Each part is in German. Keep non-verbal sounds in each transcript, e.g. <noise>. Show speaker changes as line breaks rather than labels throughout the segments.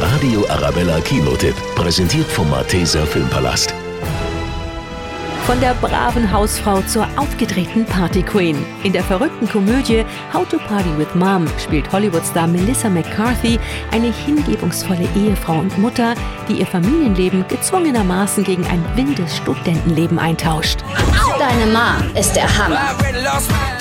Radio Arabella Kinotipp, präsentiert vom Malteser Filmpalast.
Von der braven Hausfrau zur aufgedrehten Party Queen. In der verrückten Komödie How to Party with Mom spielt Hollywood-Star Melissa McCarthy eine hingebungsvolle Ehefrau und Mutter, die ihr Familienleben gezwungenermaßen gegen ein wildes Studentenleben eintauscht.
Deine Mom ist der Hammer.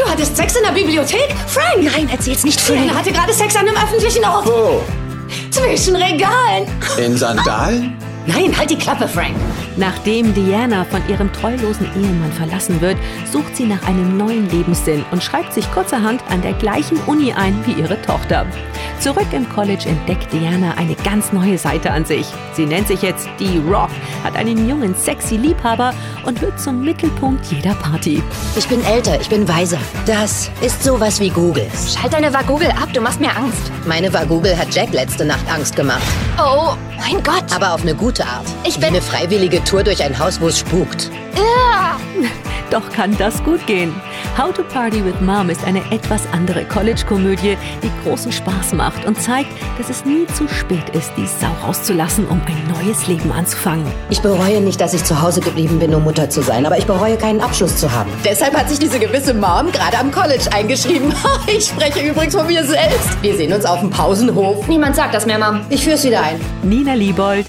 Du hattest Sex in der Bibliothek? Frank!
Nein, erzähl's nicht,
Frank
Frank.
hatte gerade Sex an einem öffentlichen Ort. Wo? Zwischen Regalen.
In Sandalen?
Nein, halt die Klappe, Frank.
Nachdem Diana von ihrem treulosen Ehemann verlassen wird, sucht sie nach einem neuen Lebenssinn und schreibt sich kurzerhand an der gleichen Uni ein wie ihre Tochter. Zurück im College entdeckt Diana eine ganz neue Seite an sich. Sie nennt sich jetzt Dee Rock, hat einen jungen, sexy Liebhaber und wird zum Mittelpunkt jeder Party.
Ich bin älter, ich bin weiser. Das ist sowas wie Google.
Halt deine Wagugel ab, du machst mir Angst.
Meine Wagugel hat Jack letzte Nacht Angst gemacht.
Oh, mein Gott.
Aber auf eine gute Art.
Ich
Wie
bin-
eine freiwillige Tour durch ein Haus, wo es spukt.
Doch kann das gut gehen. How to Party with Mom ist eine etwas andere College-Komödie, die großen Spaß macht und zeigt, dass es nie zu spät ist, die Sau rauszulassen, um ein neues Leben anzufangen.
Ich bereue nicht, dass ich zu Hause geblieben bin, um Mutter zu sein, aber ich bereue keinen Abschluss zu haben. Deshalb hat sich diese gewisse Mom gerade am College eingeschrieben. <laughs> Ich spreche übrigens von mir selbst. Wir sehen uns auf dem Pausenhof.
Niemand sagt das mehr, Mom.
Ich führ's wieder ein.
Nina Liebold,